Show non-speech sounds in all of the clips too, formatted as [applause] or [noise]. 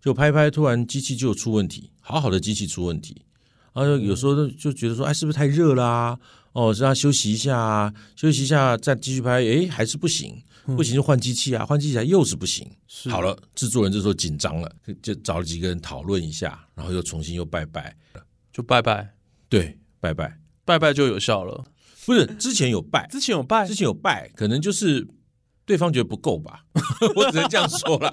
就拍拍，突然机器就出问题，好好的机器出问题，然后有时候就觉得说，哎，是不是太热啦、哦，让它休息一下啊，休息一下再继续拍，哎，还是不行，不行就换机器啊，换机器来又是不行。是好，了，制作人这时候紧张了，就找了几个人讨论一下，然后又重新又拜拜，就拜拜，对，拜拜，拜拜就有效了。不是之前有拜，之前有拜之，前有拜，可能就是对方觉得不够吧， [laughs] 我只能这样说了。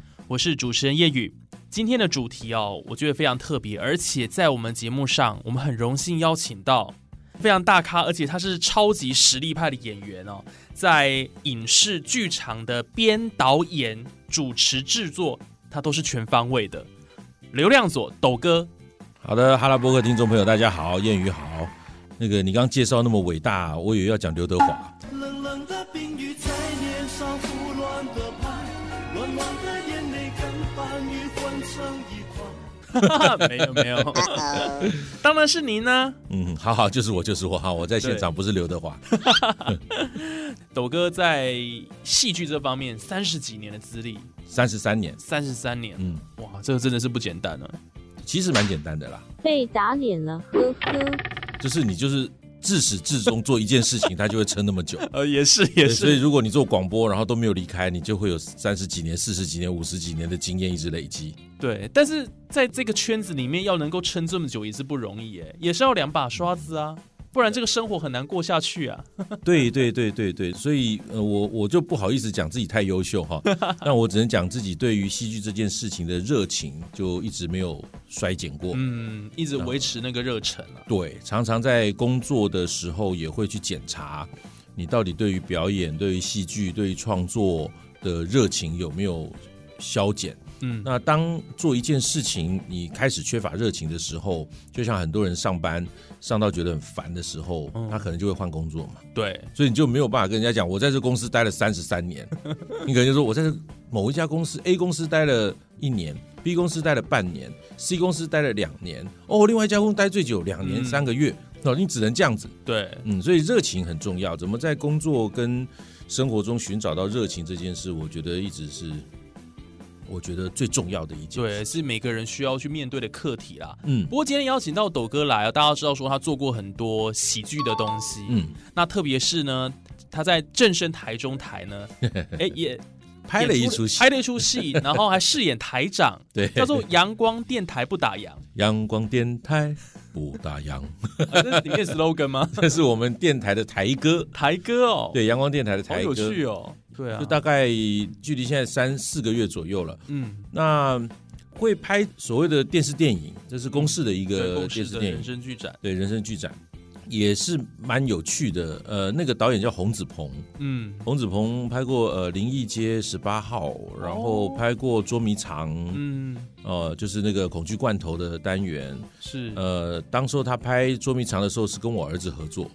我是主持人叶宇。今天的主题哦，我觉得非常特别，而且在我们节目上，我们很荣幸邀请到非常大咖，而且他是超级实力派的演员哦，在影视剧场的编导演、主持、制作，他都是全方位的。流量左抖 [laughs] 哥，好的，哈拉波克听众朋友，大家好，谚语好。那个你刚介绍那么伟大，我以为要讲刘德华。冷冷的冰雨在脸上胡乱的拍，暖暖的眼泪跟白云混成一块。没有没 [laughs] 有，当然是您呢、嗯，好好，就是我，就是我哈，我在现场不是刘德华。抖哥在戏剧这方面三十几年的资历，三十三年，三十三年，嗯，哇，这个真的是不简单啊！其实蛮简单的啦，被打脸了，呵呵。就是你就是自始至终做一件事情，它就会撑那么 [laughs] 久。呃，也是也对所以，如果你做广播，然后都没有离开，你就会有三十几年、四十几年、五十几年的经验一直累积。对，但是在这个圈子里面要能够撑这么久也是不容易哎，也是要两把刷子啊，不然这个生活很难过下去啊。对对对对对，所以呃，我我就不好意思讲自己太优秀 [laughs] 哈，但我只能讲自己对于戏剧这件事情的热情就一直没有衰减过。嗯，一直维持那个热忱啊。对，常常在工作的时候也会去检查你到底对于表演、对于戏剧、对于创作的热情有没有消减。嗯那当做一件事情你开始缺乏热情的时候，就像很多人上班上到觉得很烦的时候，他可能就会换工作嘛。对，所以你就没有办法跟人家讲，我在这公司待了三十三 [laughs] 年，你可能就说我在这某一家公司 A 公司待了一年，B 公司待了半年，C 公司待了两年，哦，另外一家公司待最久两年嗯三个月，哦，你只能这样子，对，嗯，所以热情很重要，怎么在工作跟生活中寻找到热情这件事，我觉得一直是我觉得最重要的一件，，对，是每个人需要去面对的课题啦。嗯不过今天邀请到抖哥来啊，大家知道说他做过很多喜剧的东西，嗯，那特别是呢，他在正声台中台 [laughs] 呢，哎也拍了一出戏拍，了一出戏，然后还饰演台长， [laughs] 对，叫做《阳光电台不打烊》阳光电台不打烊，啊，这是里面 slogan 吗？ [laughs] 这是我们电台的台歌。台歌哦，，对，阳光电台的好台有歌，趣哦，对啊，就大概距离现在三四个月左右了。嗯，那会拍所谓的电视电影，这是公视的一对，个公电视视的电人影，生剧展，对人生剧展，也是蛮有趣的。呃，那个导演叫洪子鹏，嗯洪子鹏拍过呃《灵异街十八号》，然后拍过《捉迷藏》，哦嗯，呃，就是那个恐惧罐头的单元。是，呃，当时候他拍《捉迷藏》的时候是跟我儿子合作，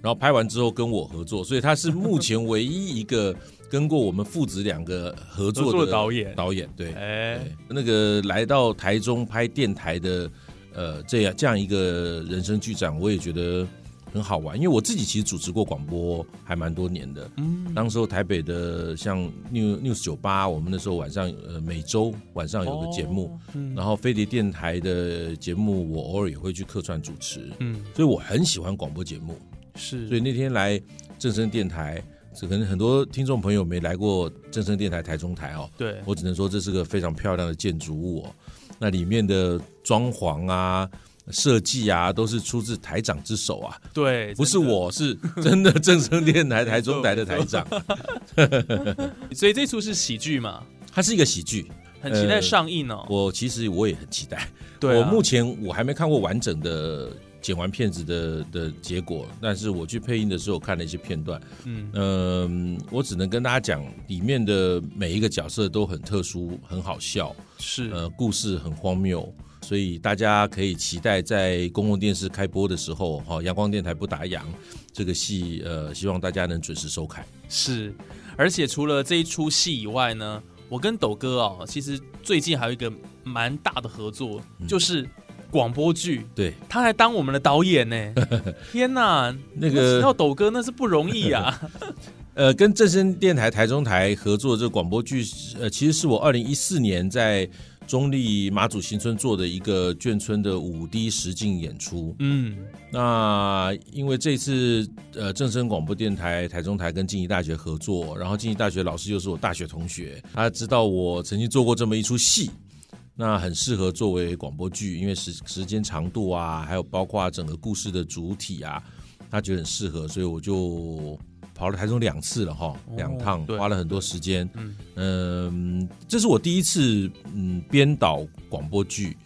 然后拍完之后跟我合作，所以他是目前唯一一个跟过我们父子两个合合作作的的导演导演对，哎对，那个来到台中拍电台的，呃，这样这样一个人生剧展，我也觉得很好玩，因为我自己其实主持过广播还蛮多年的。嗯，当时候台北的像 New News 九八，我们那时候晚上呃每周晚上有个节目，哦，嗯然后飞碟电台的节目，我偶尔也会去客串主持，嗯，所以我很喜欢广播节目。所以是，那天来正声电台，这可能很多听众朋友没来过正声电台台中台哦，对，我只能说这是个非常漂亮的建筑物哦，那里面的装潢啊。设计啊，都是出自台长之手啊，对，不是真的，我，是真的正声电台台中台的台长，所以这出是喜剧嘛，它是一个喜剧。很期待呃上映哦，我其实我也很期待，对啊我目前我还没看过完整的剪完片子的的结果，但是我去配音的时候我看了一些片段，嗯嗯，我只能跟大家讲，里面的每一个角色都很特殊，很好笑，是呃，故事很荒谬，所以大家可以期待在公共电视开播的时候，哈、阳光电台不打烊这个戏，呃，希望大家能准时收看。是，而且除了这一出戏以外呢，我跟斗哥哦，其实最近还有一个蛮大的合作，嗯就是广播剧，对，他还当我们的导演 [laughs] 呢。天哪，那能请到个斗哥那是不容易 [laughs] 啊。呃，跟正声电台台中台合作这个广播剧，呃，其实是我二零一四年在中立马祖新村做的一个眷村的五 D 实境演出。嗯，那因为这次呃正声广播电台台中台跟静宜大学合作，然后静宜大学老师又是我大学同学，他知道我曾经做过这么一出戏，那很适合作为广播剧，因为时时间长度啊，还有包括整个故事的主体啊，他觉得很适合，所以我就。跑了台中两次了哈，两趟、对花了很多时间。嗯嗯、这是我第一次嗯编导广播剧，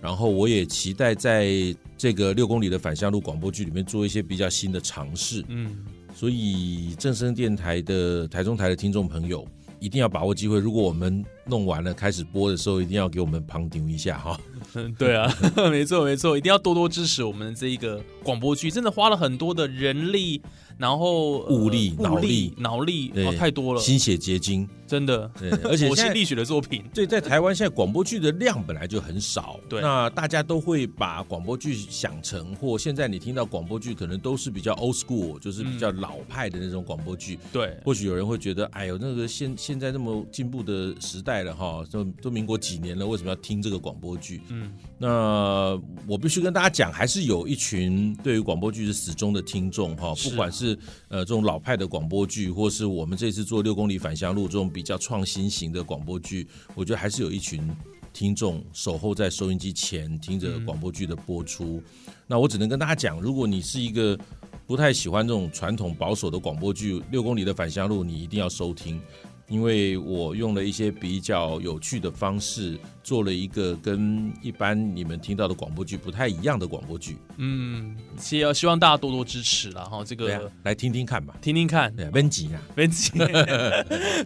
然后我也期待在这个六公里的返乡路广播剧里面做一些比较新的尝试。嗯，所以正声电台的台中台的听众朋友，一定要把握机会。如果我们弄完了开始播的时候，一定要给我们旁听一下哈。嗯， [laughs] 对啊，没错没错，一定要多多支持我们这一个广播剧，真的花了很多的人力，然后、呃物力物脑力力、脑力，对哦，太多了，心血结晶，真的。对，而且现呕心在沥血的作品，对，在台湾现在广播剧的量本来就很少，对那大家都会把广播剧想成或现在你听到广播剧可能都是比较 old school，就是比较嗯老派的那种广播剧。对，或许有人会觉得，哎呦，那个现现在那么进步的时代了哈，都都民国几年了，为什么要听这个广播剧？嗯，那我必须跟大家讲，还是有一群对于广播剧是死忠的听众哈，是啊不管是呃这种老派的广播剧，或是我们这次做《六公里返乡路》这种比较创新型的广播剧，我觉得还是有一群听众守候在收音机前，听着嗯广播剧的播出。那我只能跟大家讲，如果你是一个不太喜欢这种传统保守的广播剧，《六公里的返乡路》你一定要收听，因为我用了一些比较有趣的方式，做了一个跟一般你们听到的广播剧不太一样的广播剧，嗯，希要希望大家多多支持啦。哈，这对啊个，来听听看吧。听听看，对啊，温吉啊，没 [laughs] 急。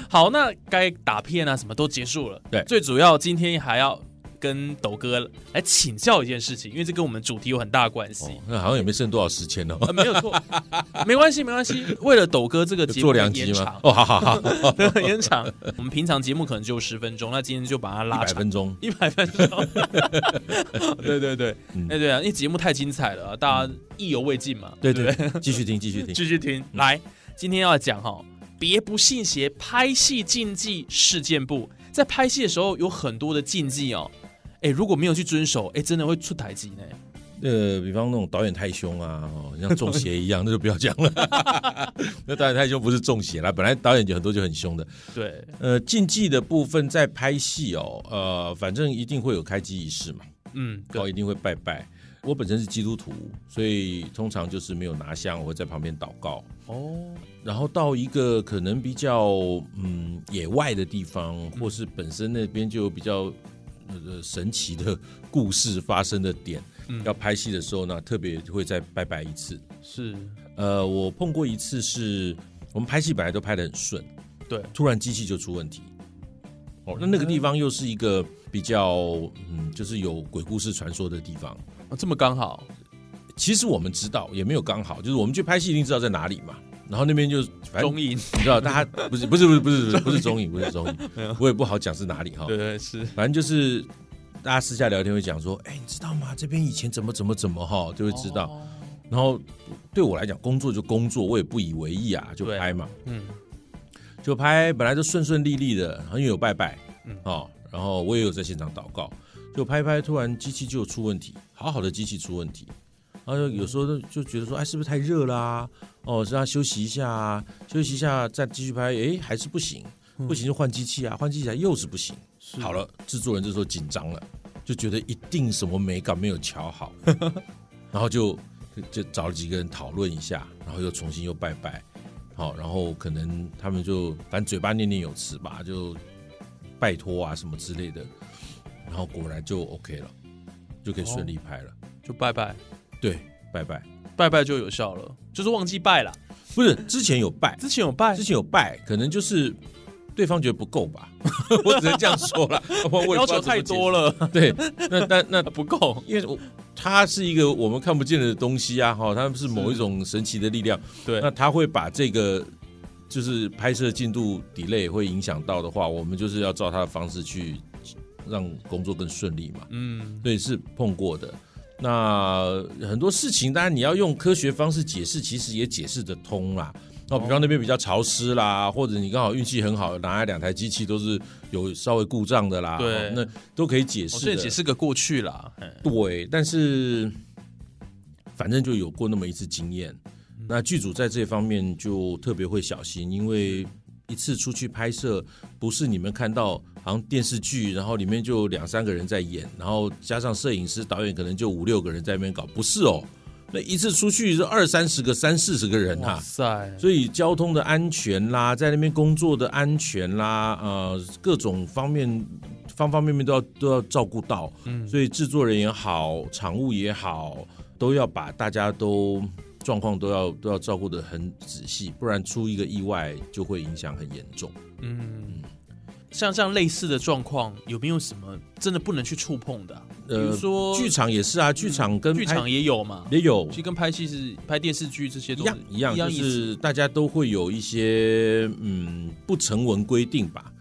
好，那该打片啊什么都结束了，对最主要今天还要跟斗哥来请教一件事情，因为这跟我们主题有很大的关系。哦，那好像也没剩多少时 [laughs] 间哦，呃，没有错，没关系，没关系。为了斗哥这个节目做两的 [laughs] 集延吗长？，哦，好好好，对延长，我们平常节目可能只有十分钟，那今天就把它一拉百长分钟，一百分钟。对对对，嗯哎对啊，因为节目太精彩了啊，大家意犹未尽嘛。对不对，对继续听，继续听，继续听。嗯来，今天要讲哈、别不信邪拍戏禁忌事件簿。在拍戏的时候有很多的禁忌哦，哎，如果没有去遵守，哎，真的会出台机呢。呃，比方那种导演太凶啊，哦，像中邪一样，那就不要讲了。 [laughs] 那导演太凶不是中邪啦，本来导演就很多就很凶的。对，呃，禁忌的部分在拍戏哦，呃，反正一定会有开机仪式嘛，嗯，哦，对，一定会拜拜。我本身是基督徒，所以通常就是没有拿香，我会在旁边祷告。哦，然后到一个可能比较嗯野外的地方，或是本身那边就有比较呃神奇的故事发生的点，嗯要拍戏的时候呢，特别会再拜拜一次。是，呃，我碰过一次是，我们拍戏本来都拍得很顺，对突然机器就出问题。哦，那那个地方又是一个比较嗯，就是有鬼故事传说的地方。哦这么刚好，其实我们知道，也没有刚好，就是我们去拍戏一定知道在哪里嘛。然后那边就反正中影，你知道，大家不是不是不是不是不是中影，不是中影 [laughs] 没有，我也不好讲是哪里哈。对对是，反正就是大家私下聊天会讲说，哎、你知道吗？这边以前怎么怎么怎么哈，就会知道。哦，然后对我来讲，工作就工作，我也不以为意啊，就对拍嘛，嗯，就拍，本来就顺顺利利的，然后因为有拜拜，嗯嗯，哦，然后我也有在现场祷告，就拍一拍，突然机器就出问题，好好的机器出问题，然后有时候就觉得说，哎，是不是太热啦、哦，让它休息一下啊，休息一下再继续拍，哎，还是不行，不行就换机器啊，换机器啊又是不行，好了，制作人这时候紧张了，就觉得一定什么美感没有瞧好， [laughs] 然后就就找了几个人讨论一下，然后又重新又拜拜，好，然后可能他们就反正嘴巴念念有词吧，就拜托啊什么之类的，然后果然就 OK 了，就可以顺利拍了。就拜拜。对，拜拜，拜拜就有效了，就是忘记拜了。不是之前有拜，之前有拜之，前有拜，可能就是对方觉得不够吧， [laughs] 我只能这样说了，要不然哎我也要不知求道太多了。了，对，那那 [laughs] 那不够。因为我它是一个我们看不见的东西啊，哈，它是某一种神奇的力量。对那它会把这个就是拍摄进度 delay 会影响到的话，我们就是要照它的方式去让工作更顺利嘛。嗯，对，是碰过的。那很多事情，当然你要用科学方式解释，其实也解释得通啦。那比方那边比较潮湿啦，或者你刚好运气很好，拿来两台机器都是有稍微故障的啦，哦对那都哦可以解哦我释这的。哎解释个过去啦。哎嗯对，但是反正就有过那么一次经验。嗯那剧组在这方面就特别会小心，因为一次出去拍摄，不是你们看到好像电视剧，然后里面就两三个人在演，然后加上摄影师、导演，可能就五六个人在那边搞，不是哦。那一次出去是二三十个、三四十个人啊哇，塞，所以交通的安全啦，在那边工作的安全啦，呃，各种方面方方面面都要都要照顾到。嗯，所以制作人也好，场务也好，都要把大家都状况都要都要照顾的很仔细，不然出一个意外就会影响很严重。嗯，像这样类似的状况，有没有什么真的不能去触碰的啊、呃比如说剧场也是啊，剧场跟剧拍场也有嘛，也有其实跟拍戏是拍电视剧这些一都样是一样，就意思是大家都会有一些嗯不成文规定吧。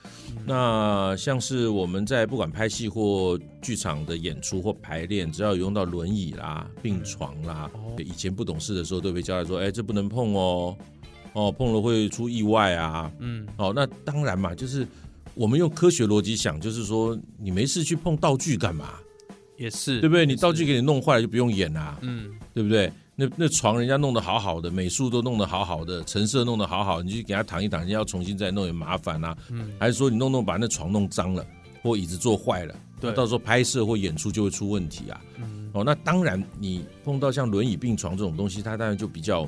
那像是我们在不管拍戏或剧场的演出或排练，只要有用到轮椅啦、病床啦，以前不懂事的时候都被交代说，哎，这不能碰哦，哦，碰了会出意外啊。嗯，哦，那当然嘛，就是我们用科学逻辑想，就是说你没事去碰道具干嘛？也是，对不对？你也是道具给你弄坏了就不用演啦、啊嗯，对不对？那那床人家弄得好好的，美术都弄得好好的，陈设弄得好好，你去给他躺一躺，人家要重新再弄也麻烦啊。嗯还是说你弄弄把那床弄脏了，或椅子坐坏了，对嗯那到时候拍摄或演出就会出问题啊。哦，那当然，你碰到像轮椅、病床这种东西，它当然就比较，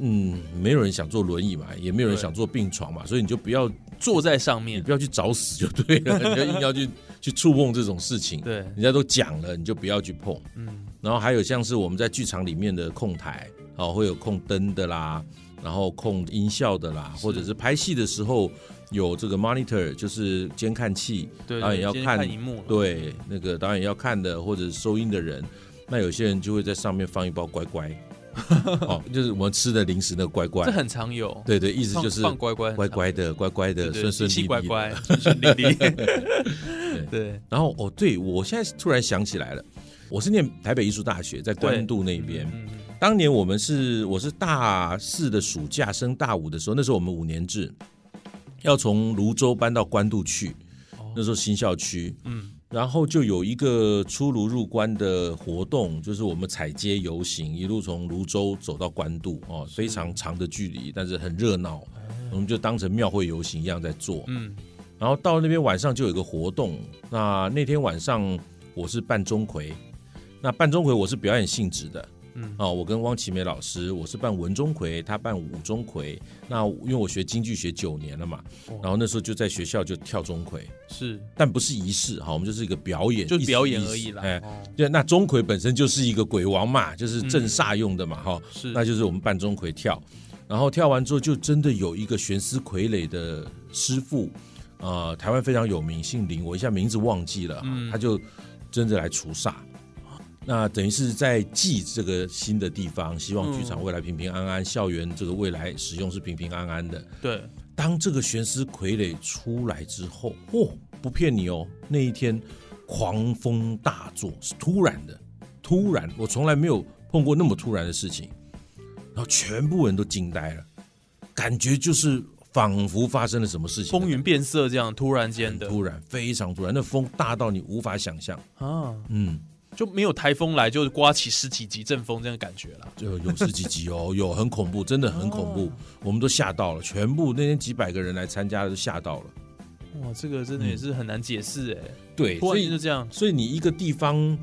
嗯，没有人想坐轮椅嘛，也没有人对想坐病床嘛，所以你就不要坐在上你面，不要去找死就对了， [laughs] 你不要硬要去去触碰这种事情。对，人家都讲了，你就不要去碰。嗯，然后还有像是我们在剧场里面的控台，哦，会有控灯的啦，然后控音效的啦，或者是拍戏的时候有这个 monitor，就是监看器，对，导演啊要今天看看荧幕了，对，那个导演要看的或者是收音的人，那有些人就会在上面放一包乖乖， [laughs] 哦，就是我们吃的零食那个乖乖这，很常有，对对，意思放，就是放乖乖，乖乖的，乖乖的，对，顺顺利机利器乖的。乖，顺顺利 [laughs] [laughs] 利，对，然后哦，对我现在突然想起来了，我是念台北艺术大学，在关渡那边。嗯嗯当年我们是我是大四的暑假升大五的时候，那时候我们五年制，要从泸州搬到关渡去，那时候新校区。哦嗯然后就有一个出炉入关的活动，就是我们踩街游行，一路从泸州走到关渡哦，非常长的距离，但是很热闹，我们就当成庙会游行一样在做。哦嗯，然后到那边晚上就有一个活动，那那天晚上我是扮钟馗，那扮钟馗我是表演性质的，嗯啊，我跟汪奇梅老师，我是扮文钟馗，他扮武钟馗。那因为我学京剧学九年了嘛，哦然后那时候就在学校就跳钟馗，是，但不是仪式哈，我们就是一个表演，就一时表演意思而已啦哎，哦，对，那钟馗本身就是一个鬼王嘛，就是镇煞用的嘛哈、是，那就是我们扮钟馗跳，然后跳完之后就真的有一个悬丝傀儡的师傅，呃，台湾非常有名，姓林，我一下名字忘记了，他就真的来除煞。那等于是在祭这个新的地方，希望剧场未来平平安安，校园这个未来使用是平平安安的。对，当这个悬丝傀儡出来之后，哦，不骗你哦，那一天狂风大作，是突然的，突然，我从来没有碰过那么突然的事情，然后全部人都惊呆了，感觉就是仿佛发生了什么事情，风云变色这样突然间的突然，非常突然，那风大到你无法想象，啊，嗯，就没有台风来，就刮起十几级阵风这样的感觉啦。就有十几集哦，有很恐怖，真的很恐怖，我们都吓到了，全部那天几百个人来参加的都吓到了，哇，这个真的也是很难解释哎，对，突所然以间就这样，所以你一个地方，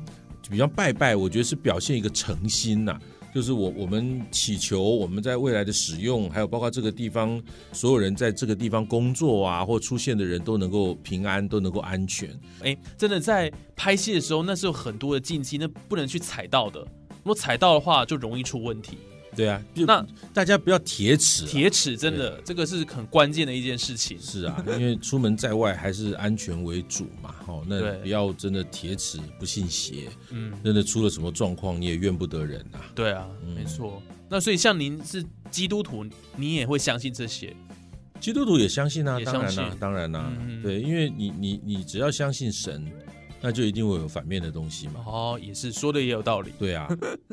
比方拜拜，我觉得是表现一个诚心呐、就是我我们祈求我们在未来的使用，还有包括这个地方所有人在这个地方工作啊，或出现的人都能够平安，都能够安全。哎，真的在拍戏的时候，那是有很多的禁忌，那不能去踩到的。如果踩到的话就容易出问题。对啊，就那大家不要铁齿啊、铁齿真的这个是很关键的一件事情。是啊，因为出门在外还是安全为主嘛。哦，那对不要真的铁齿不信邪，嗯，真的出了什么状况你也怨不得人啊。对啊，没错。那所以像您是基督徒，你也会相信这些，基督徒也相信啊，也当然啦、相信当然啦、嗯对，因为你你你只要相信神，那就一定会有反面的东西嘛。哦，也是说的也有道理。对 [laughs] 啊，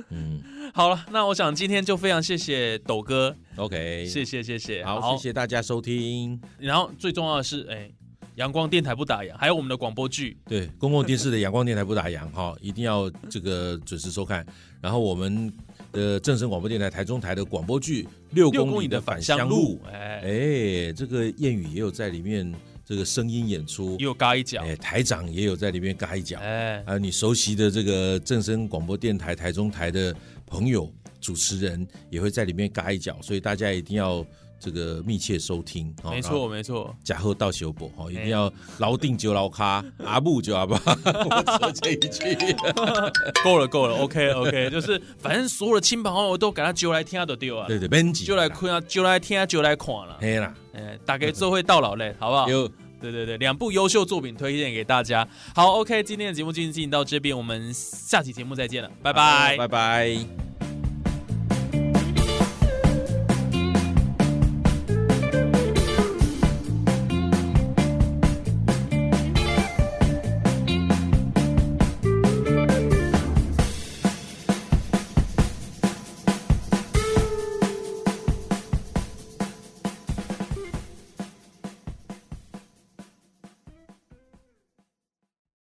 嗯好了，那我想今天就非常谢谢斗哥， ，OK，谢谢谢谢，哎好，谢谢大家收听。然后最重要的是，哎，阳光电台不打烊，还有我们的广播剧，对，公共电视的阳光电台不打烊哈、 [laughs] 一定要这个准时收看。然后我们的正声广播电台台中台的广播剧《六六公公里里的的返返乡乡路路，》，哎，哎，这个谚语也有在里面，这个声音演出也，有嘎一脚，哎，台长也有在里面嘎一脚。哎，啊，你熟悉的这个正声广播电台台中台的朋友主持人也会在里面嘎一脚，所以大家一定要这个密切收听。哦没，然错哎后没错， [laughs] 假后到修补哦，一定要牢定就牢咖，阿布就阿爸，我 [laughs] 只有 [laughs] 这一句。够了够了，OK [laughs] OK，就是反正所有的亲朋好友都给他揪来听他就丢啊，对对，编辑揪来，看啊，揪来听啊，揪来看了，嘿啦，哎，大概做会到老嘞，好不好？有对对对，两部优秀作品推荐给大家。好，OK，今天的节目就进行到这边，我们下期节目再见了，拜拜。拜拜。